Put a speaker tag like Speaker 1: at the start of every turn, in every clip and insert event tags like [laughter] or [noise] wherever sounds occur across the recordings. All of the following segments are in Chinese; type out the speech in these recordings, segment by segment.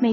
Speaker 1: 每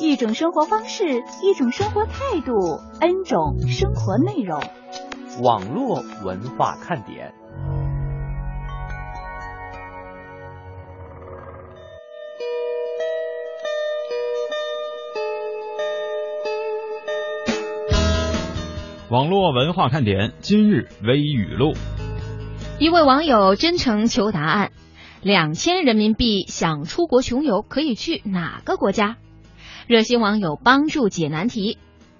Speaker 1: 一种生活方式，一种生活态度，N 种生活内容。
Speaker 2: 网络文化看点。
Speaker 3: 网络文化看点今日微语录。
Speaker 4: 一位网友真诚求答案：两千人民币想出国穷游可以去哪个国家？热心网友帮助解难题：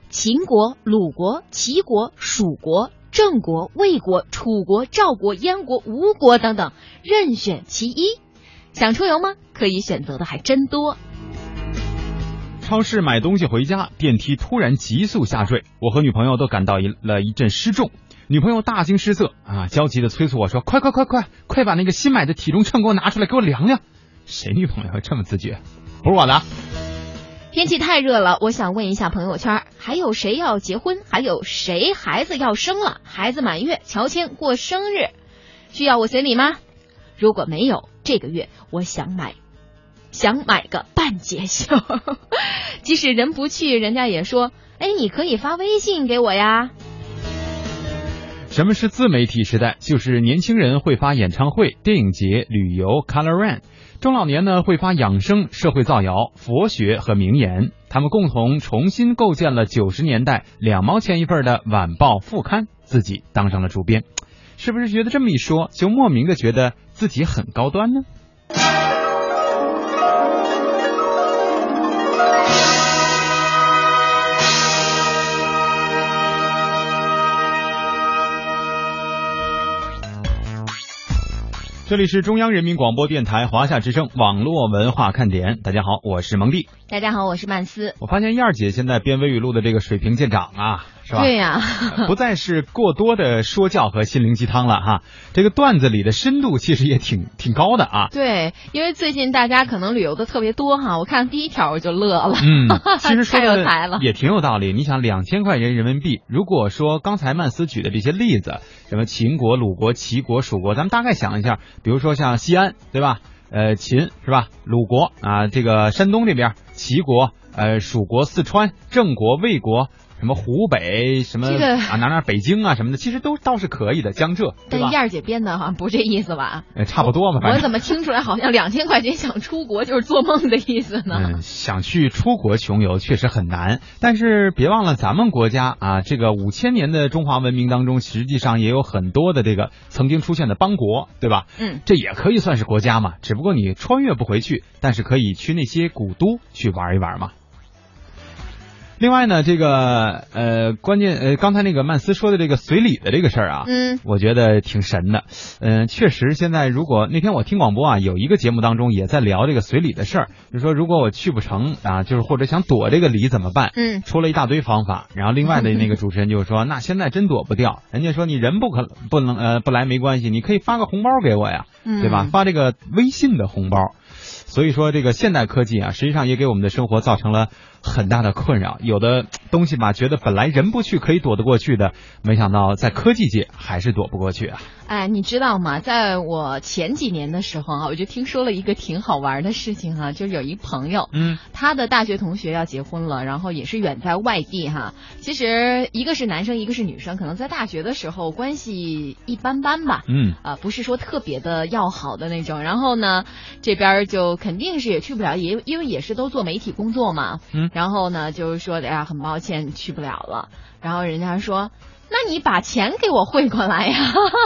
Speaker 4: 秦国、鲁国、齐国、蜀国、郑国、魏国、楚国、赵国、燕国、吴国等等，任选其一。想出游吗？可以选择的还真多。
Speaker 3: 超市买东西回家，电梯突然急速下坠，我和女朋友都感到一了一阵失重。女朋友大惊失色啊，焦急的催促我说：“快快快快快把那个新买的体重秤给我拿出来，给我量量。”谁女朋友会这么自觉？不是我的啊。
Speaker 4: 天气太热了，我想问一下朋友圈儿，还有谁要结婚？还有谁孩子要生了？孩子满月，乔迁过生日，需要我随礼吗？如果没有，这个月我想买，想买个半截袖， [laughs] 即使人不去，人家也说，哎，你可以发微信给我呀。
Speaker 3: 什么是自媒体时代？就是年轻人会发演唱会、电影节、旅游、Color Run，中老年呢会发养生、社会造谣、佛学和名言。他们共同重新构建了九十年代两毛钱一份的晚报副刊，自己当上了主编。是不是觉得这么一说，就莫名的觉得自己很高端呢？这里是中央人民广播电台华夏之声网络文化看点，大家好，我是蒙蒂。
Speaker 4: 大家好，我是曼斯。
Speaker 3: 我发现燕儿姐现在编微语录的这个水平见长啊，是吧？
Speaker 4: 对呀、 [laughs]
Speaker 3: [laughs] 不再是过多的说教和心灵鸡汤了哈。这个段子里的深度其实也挺挺高的啊。
Speaker 4: 对，因为最近大家可能旅游的特别多哈，我看第一条我就乐了。 [laughs]
Speaker 3: 嗯，其实说
Speaker 4: 太有
Speaker 3: 的
Speaker 4: 才了
Speaker 3: 也挺有道理。你想，两千块钱人民币，如果说刚才曼斯举的这些例子，什么秦国、鲁国、齐国、蜀国，咱们大概想一下，比如说像西安，对吧？呃，秦是吧？鲁国啊，这个山东这边，齐国，呃，蜀国、四川、郑国、魏国，什么湖北，什么、
Speaker 4: 这个
Speaker 3: 啊哪哪北京啊什么的，其实都倒是可以的，江浙 [laughs] 对吧
Speaker 4: 但？燕儿姐编的好像不是这意思吧？
Speaker 3: 呃差不多嘛，反
Speaker 4: 我
Speaker 3: 正
Speaker 4: 怎么听出来好像两千块钱想出国就是做梦的意思呢？
Speaker 3: 嗯，想去出国穷游确实很难，但是别忘了咱们国家啊，这个五千年的中华文明当中，实际上也有很多的这个曾经出现的邦国，对吧？
Speaker 4: 嗯，
Speaker 3: 这也可以算是国家嘛，只不过你穿越不回去，但是可以去那些古都去玩一玩嘛。另外呢，这个呃，关键呃，刚才那个曼斯说的这个随礼的这个事儿啊，
Speaker 4: 嗯，
Speaker 3: 我觉得挺神的。嗯、确实，现在如果那天我听广播啊，有一个节目当中也在聊这个随礼的事儿，就说如果我去不成啊，就是或者想躲这个礼怎么办？
Speaker 4: 嗯，
Speaker 3: 说了一大堆方法，然后另外的那个主持人就说，那现在真躲
Speaker 4: [laughs]
Speaker 3: 不掉，人家说你人不可不能呃不来没关系，你可以发个红包给我呀，
Speaker 4: 嗯
Speaker 3: 对吧？发这个微信的红包。所以说，这个现代科技啊，实际上也给我们的生活造成了很大的困扰。有的东西吧，觉得本来人不去可以躲得过去的，没想到在科技界还是躲不过去啊。
Speaker 4: 哎，你知道吗？在我前几年的时候啊，我就听说了一个挺好玩的事情哈、就是有一朋友，
Speaker 3: 嗯，
Speaker 4: 他的大学同学要结婚了，然后也是远在外地哈。其实一个是男生，一个是女生，可能在大学的时候关系一般般吧。
Speaker 3: 嗯，
Speaker 4: 啊、不是说特别的要好的那种。然后呢，这边儿就肯定是也去不了，也因为也是都做媒体工作嘛。
Speaker 3: 嗯
Speaker 4: 然后呢，就是说，哎呀，很抱歉去不了了。然后人家说，那你把钱给我汇过来
Speaker 3: [laughs]
Speaker 4: 呀。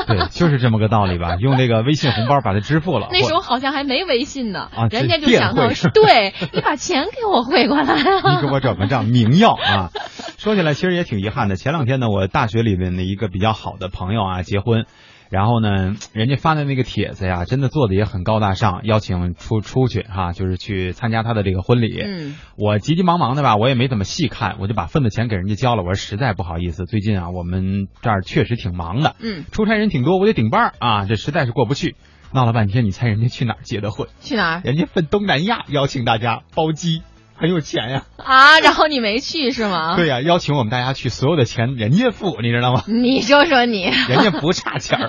Speaker 3: 对，就是这么个道理吧。用这个微信红包把它支付了，
Speaker 4: [laughs] 那时候好像还没微信呢，
Speaker 3: 啊
Speaker 4: 人家
Speaker 3: 这
Speaker 4: 就想到
Speaker 3: 电
Speaker 4: 是
Speaker 3: [laughs] 汇
Speaker 4: 对你把钱给我汇过来
Speaker 5: [laughs]
Speaker 4: 啊。
Speaker 3: 你给我整个这样明药啊！说起来，其实也挺遗憾的。前两天呢，我大学里面的一个比较好的朋友啊结婚，然后呢，人家发的那个帖子呀，真的做的也很高大上，邀请出出去哈、就是去参加他的这个婚礼。
Speaker 4: [laughs] 嗯，
Speaker 3: 我急急忙忙的吧，我也没怎么细看，我就把份子钱给人家交了。我说实在不好意思，最近啊，我们这儿确实挺忙的，
Speaker 4: 嗯，
Speaker 3: 出差人挺多，我得顶班儿啊，这实在是过不去。闹了半天，你猜人家去哪儿结的婚？
Speaker 4: 去哪儿
Speaker 3: 人家奔东南亚邀请大家包机，很有钱呀、
Speaker 4: 啊？然后你没去是
Speaker 5: 啊
Speaker 4: 吗？
Speaker 3: 对，呀、邀请我们大家去，所有的钱人家付，你知
Speaker 5: [laughs]
Speaker 3: 道吗？
Speaker 4: 你说说你。
Speaker 3: 人家不差钱儿，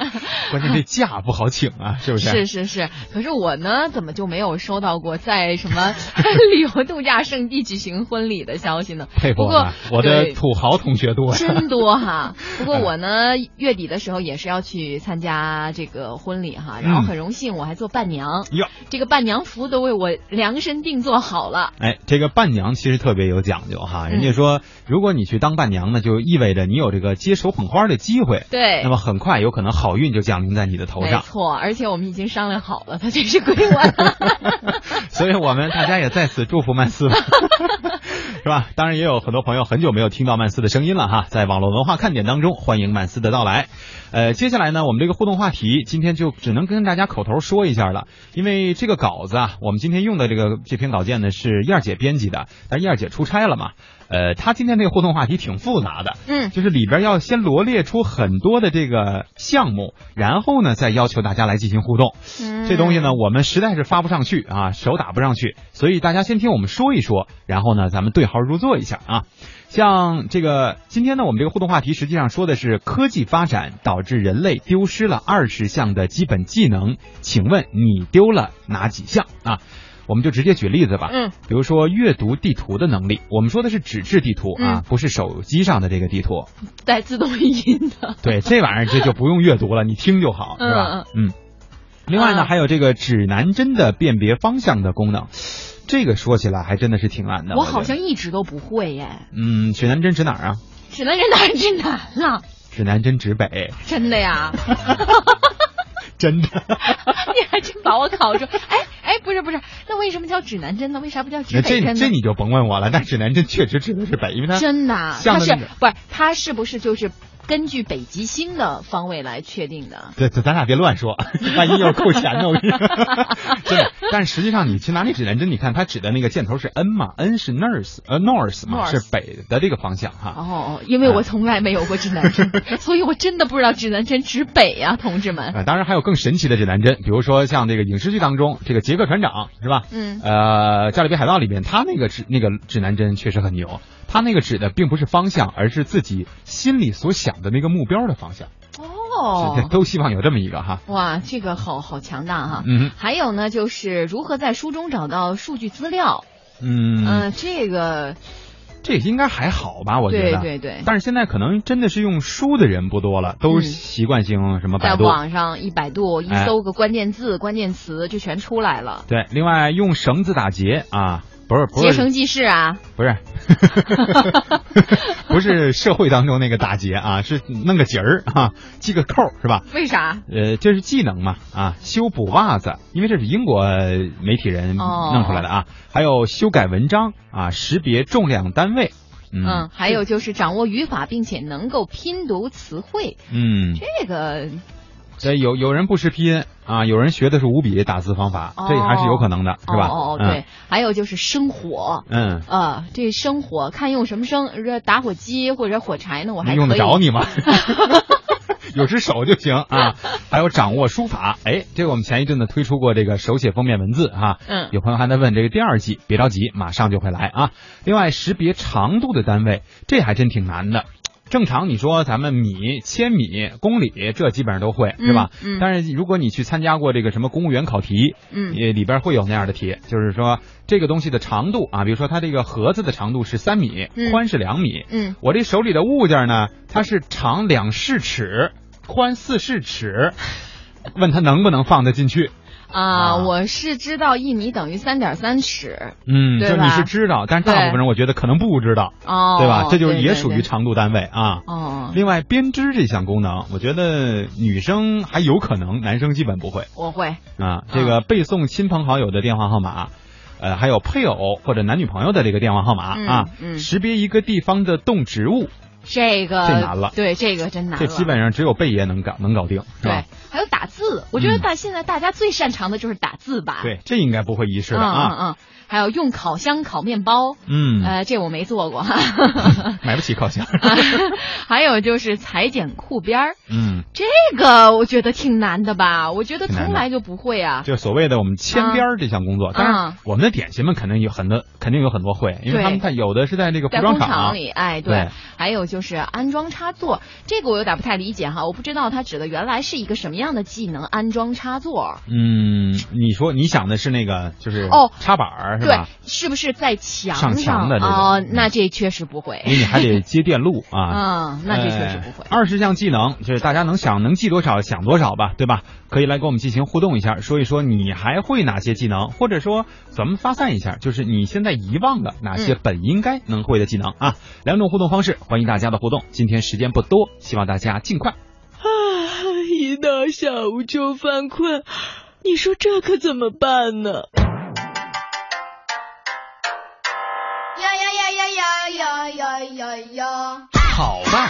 Speaker 3: 关键这假不好请啊，是不是？
Speaker 5: 是是是，可是我呢，怎么就没有收到过在什么 [laughs] 旅游度假胜地举行婚礼的消息呢？
Speaker 3: 佩服
Speaker 5: 不
Speaker 3: 啊
Speaker 5: 过！
Speaker 3: 我的
Speaker 5: 对
Speaker 3: 土豪同学多啊呀。
Speaker 5: 真多哈！不过我呢，月底的时候也是要去参加这个婚礼哈，然后
Speaker 3: 嗯
Speaker 5: 很荣幸我还做伴娘，
Speaker 3: [laughs] 哟，
Speaker 5: 这个伴娘服都为我量身定做好了。
Speaker 3: 哎，这个伴娘其实特别有讲究哈。人家
Speaker 5: 嗯
Speaker 3: 说，如果你去当伴娘呢，就意味着你有这个接手捧花的机会。
Speaker 5: 对
Speaker 3: 那，么很快有可能好运就降临在你的头
Speaker 5: 没
Speaker 3: 上，
Speaker 5: 错，而且我们已经商量好了，她这是归
Speaker 3: [laughs]
Speaker 5: 我的。
Speaker 3: 所以我们大家也在此祝福曼斯吧，是吧？当然也有很多朋友很久没有听到曼斯的声音了哈，在网络文化看点当中，欢迎曼斯的到来。呃，接下来呢，我们这个互动话题今天就只能跟大家口头说一下了，因为这个稿子啊，我们今天用的这个这篇稿件呢是燕儿姐编辑的，但是燕儿姐出差了嘛，呃，她今天这个互动话题挺复杂的，
Speaker 5: 嗯，
Speaker 3: 就是里边要先罗列出很多的这个项目，然后呢再要求大家来进行互动。 [laughs] 这东西呢，我们实在是发不上去啊，手打不上去，所以大家先听我们说一说，然后呢，咱们对号入座一下啊。像这个今天呢，我们这个互动话题实际上说的是科技发展导致人类丢失了二十项的基本技能，请问你丢了哪几项啊？我们就直接举例子吧，
Speaker 5: 嗯，
Speaker 3: 比如说阅读地图的能力，我们说的是纸质地图啊，不是手机上的这个地图。
Speaker 5: 带自动语音的， [laughs]
Speaker 3: 对，这玩意儿这就不用阅读了，你听就好，是吧？嗯。另外呢，
Speaker 5: 嗯
Speaker 3: 还有这个指南针的辨别方向的功能，这个说起来还真的是挺难的。
Speaker 5: 我
Speaker 3: 觉得
Speaker 5: 好像一直都不会耶，
Speaker 3: 嗯，指南针指哪儿啊？
Speaker 5: 指南针哪儿指南了？
Speaker 3: 指南针指
Speaker 5: [laughs]
Speaker 3: 北，
Speaker 5: 真的呀？
Speaker 3: 真的。
Speaker 5: 你还真把我考住！哎哎，不是不是，那为什么叫指南针呢？为啥不叫指
Speaker 3: 那这
Speaker 5: 北针
Speaker 3: 这
Speaker 5: 呢？
Speaker 3: 你就甭问我了，但指南针确实指的是北，因为它
Speaker 5: 真的啊，
Speaker 3: 像
Speaker 5: 它
Speaker 3: 的
Speaker 5: 是
Speaker 3: 那个
Speaker 5: 不是它是不是就是根据北极星的方位来确定的？
Speaker 3: 对，咱咱俩别乱说， [laughs] 万一又扣钱呢？我跟你说， [laughs] 真的。但是实际上，你去拿那指南针，你看它指的那个箭头是 n 嘛，n 是 north，呃 north 嘛，
Speaker 5: North
Speaker 3: 是北的这个方向哈。
Speaker 5: 哦，因为我从来没有过指南针， [laughs] 所以我真的不知道指南针指北呀、同志们。
Speaker 3: 啊，当然还有更神奇的指南针，比如说像这个影视剧当中，这个杰克船长是吧？
Speaker 5: 嗯
Speaker 3: 呃，《加勒比海盗》里面他那个指那个指南针确实很牛，他那个指的并不是方向，而是自己心里所想的那个目标的方向。[laughs]
Speaker 5: 哦，
Speaker 3: 都希望有这么一个哈。
Speaker 5: 哇，这个好好强大哈、
Speaker 3: 嗯
Speaker 5: 还有呢，就是如何在书中找到数据资料。
Speaker 3: 嗯，
Speaker 5: 嗯、这个
Speaker 3: 这应该还好吧？我觉
Speaker 5: 对
Speaker 3: 得。
Speaker 5: 对对，
Speaker 3: 但是现在可能真的是用书的人不多了，都
Speaker 5: 嗯
Speaker 3: 习惯性什么
Speaker 5: 在
Speaker 3: 啊百度。
Speaker 5: 网上一百度一
Speaker 3: 哎
Speaker 5: 搜个关键字、关键词就全出来了。
Speaker 3: 对，另外用绳子打结啊，不是不
Speaker 5: 结
Speaker 3: 是
Speaker 5: 绳记事啊，
Speaker 3: 不
Speaker 5: [laughs]
Speaker 3: 是，不是社会当中那个打结啊，是弄个结儿啊，系个扣儿是吧？
Speaker 5: 为啥？
Speaker 3: 呃，这是技能嘛啊，修补袜子，因为这是英国媒体人
Speaker 5: 哦
Speaker 3: 弄出来的啊，还有修改文章啊，识别重量单位，
Speaker 5: 嗯，
Speaker 3: 嗯
Speaker 5: 还有就是掌握语法，并且能够拼读词汇，
Speaker 3: 嗯，
Speaker 5: 这个
Speaker 3: 这有有人不识拼音啊，有人学的是五笔打字方法，
Speaker 5: 哦
Speaker 3: 这还是有可能的，
Speaker 5: 哦
Speaker 3: 是吧？
Speaker 5: 哦哦
Speaker 3: 嗯
Speaker 5: 对，还有就是生火。
Speaker 3: 嗯，
Speaker 5: 呃，这生火看用什么生，这打火机或者火柴呢？我还
Speaker 3: 能用得
Speaker 5: 可以
Speaker 3: 着你
Speaker 5: [laughs]
Speaker 3: 吗？ [laughs] 有只手就行啊。还有掌握书法，哎，这个我们前一阵子推出过这个手写封面文字哈、
Speaker 5: 嗯
Speaker 3: 有朋友还在问这个第二季，别着急，马上就会来啊。另外，识别长度的单位，这还真挺难的。正常你说咱们米、千米、公里，这基本上都会，是吧？
Speaker 5: 嗯嗯
Speaker 3: 但是如果你去参加过这个什么公务员考题，
Speaker 5: 嗯
Speaker 3: 也里边会有那样的题，就是说这个东西的长度啊，比如说它这个盒子的长度是三米，
Speaker 5: 嗯
Speaker 3: 宽是两米，
Speaker 5: 嗯，
Speaker 3: 我这手里的物件呢，它是长两市尺，宽四市尺，问他能不能放得进去？
Speaker 5: 啊、
Speaker 3: 啊
Speaker 5: 我是知道一米等于三点三尺
Speaker 3: 嗯，
Speaker 5: 对
Speaker 3: 就
Speaker 5: 吧
Speaker 3: 你是知道，但是大部分人我觉得可能不知道，
Speaker 5: 哦，
Speaker 3: 对吧？这就是也
Speaker 5: 对
Speaker 3: 属于
Speaker 5: 对
Speaker 3: 长度单位啊。
Speaker 5: 哦，
Speaker 3: 另外，编织这项功能，我觉得女生还有可能，男生基本不会
Speaker 5: 我会
Speaker 3: 啊。这个背诵亲朋好友的电话号码，呃，还有配偶或者男女朋友的这个电话号码
Speaker 5: 嗯
Speaker 3: 啊，
Speaker 5: 嗯
Speaker 3: 识别一个地方的动植物
Speaker 5: 这个
Speaker 3: 这难了
Speaker 5: 对，这个真难了。
Speaker 3: 这基本上只有贝爷能搞能搞定，是
Speaker 5: 对
Speaker 3: 吧？，
Speaker 5: 还有打字，我觉得
Speaker 3: 嗯
Speaker 5: 大现在大家最擅长的就是打字吧。，
Speaker 3: 对，这应该不会遗失
Speaker 5: 嗯
Speaker 3: 的
Speaker 5: 嗯
Speaker 3: 啊。
Speaker 5: 嗯，还有用烤箱烤面包，
Speaker 3: 嗯，
Speaker 5: 呃，这我没做过。
Speaker 3: [laughs]
Speaker 5: [laughs]
Speaker 3: 买不起烤箱。
Speaker 5: 还有就是裁剪裤边儿，
Speaker 3: 嗯，
Speaker 5: 这个我觉得挺难的吧？我觉得
Speaker 3: 挺难的
Speaker 5: 从来就不会啊。
Speaker 3: 就所谓的我们铅边儿这项工作，当然
Speaker 5: 啊
Speaker 3: 我们的点心们肯定有很多，肯定有很多会，因为
Speaker 5: 对
Speaker 3: 他们看有的是在这个服
Speaker 5: 在
Speaker 3: 装
Speaker 5: 工
Speaker 3: 厂
Speaker 5: 厂
Speaker 3: 啊
Speaker 5: 里，哎，
Speaker 3: 对
Speaker 5: 对，还有就是安装插座，这个我有点不太理解哈，我不知道它指的原来是一个什么样的技能，安装插座，
Speaker 3: 嗯，你说你想的是那个就是
Speaker 5: 哦
Speaker 3: 插板儿是
Speaker 5: 对
Speaker 3: 吧？，
Speaker 5: 是不是在墙
Speaker 3: 上墙的这种
Speaker 5: 哦，那这确实不会
Speaker 3: 因为你还得接电路
Speaker 5: [laughs]
Speaker 3: 啊。
Speaker 5: 嗯，那这确
Speaker 6: 哎
Speaker 5: 实不会。
Speaker 3: 二十项技能，就是大家能想能记多少想多少吧，对吧？可以来跟我们进行互动一下，说一说你还会哪些技能，或者说咱们发散一下，就是你现在遗忘的哪
Speaker 5: 嗯
Speaker 3: 些本应该能会的技能啊？两种互动方式，欢迎大家的互动。今天时间不多，希望大家尽快。
Speaker 6: 啊一到下午就犯困，你说这可怎么办呢？
Speaker 7: 呀呀呀呀呀呀呀呀呀！
Speaker 8: 好吧，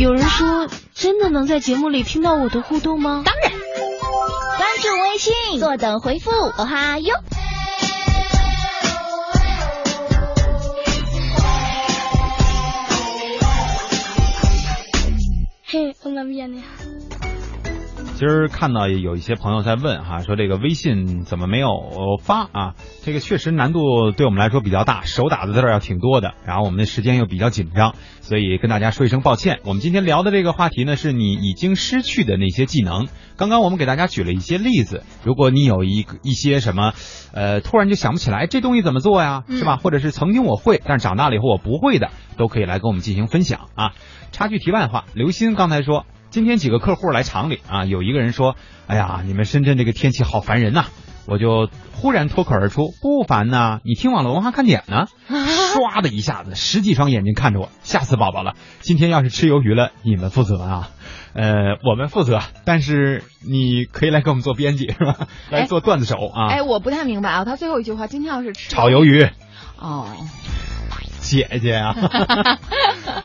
Speaker 6: 有人说，真的能在节目里听到我的互动吗？
Speaker 9: 关注微信，坐等回复，哦哈哟。
Speaker 7: 嘿，我那边呢？
Speaker 3: 今儿看到有一些朋友在问哈，说这个微信怎么没有发啊？这个确实难度对我们来说比较大，手打的字儿要挺多的，然后我们的时间又比较紧张，所以跟大家说一声抱歉。我们今天聊的这个话题呢，是你已经失去的那些技能。刚刚我们给大家举了一些例子，如果你有一个一些什么，呃，突然就想不起来这东西怎么做呀，是吧？或者是曾经我会，但是长大了以后我不会的，都可以来跟我们进行分享啊。插句题外话，刘鑫刚才说，今天几个客户来厂里啊，有一个人说：“哎呀，你们深圳这个天气好烦人呐、我就忽然脱口而出：“不烦呐、你听网络文化看点呢。”
Speaker 5: 啊
Speaker 3: 唰的一下子，十几双眼睛看着我，吓死宝宝了。今天要是吃鱿鱼了，你们负责啊。呃，我们负责，但是你可以来给我们做编辑是吧？来做段子手啊，
Speaker 5: 哎，我不太明白啊，他最后一句话，今天要是吃
Speaker 3: 炒鱿鱼，
Speaker 5: [laughs]
Speaker 3: [laughs]
Speaker 5: 哦。
Speaker 3: 姐姐啊。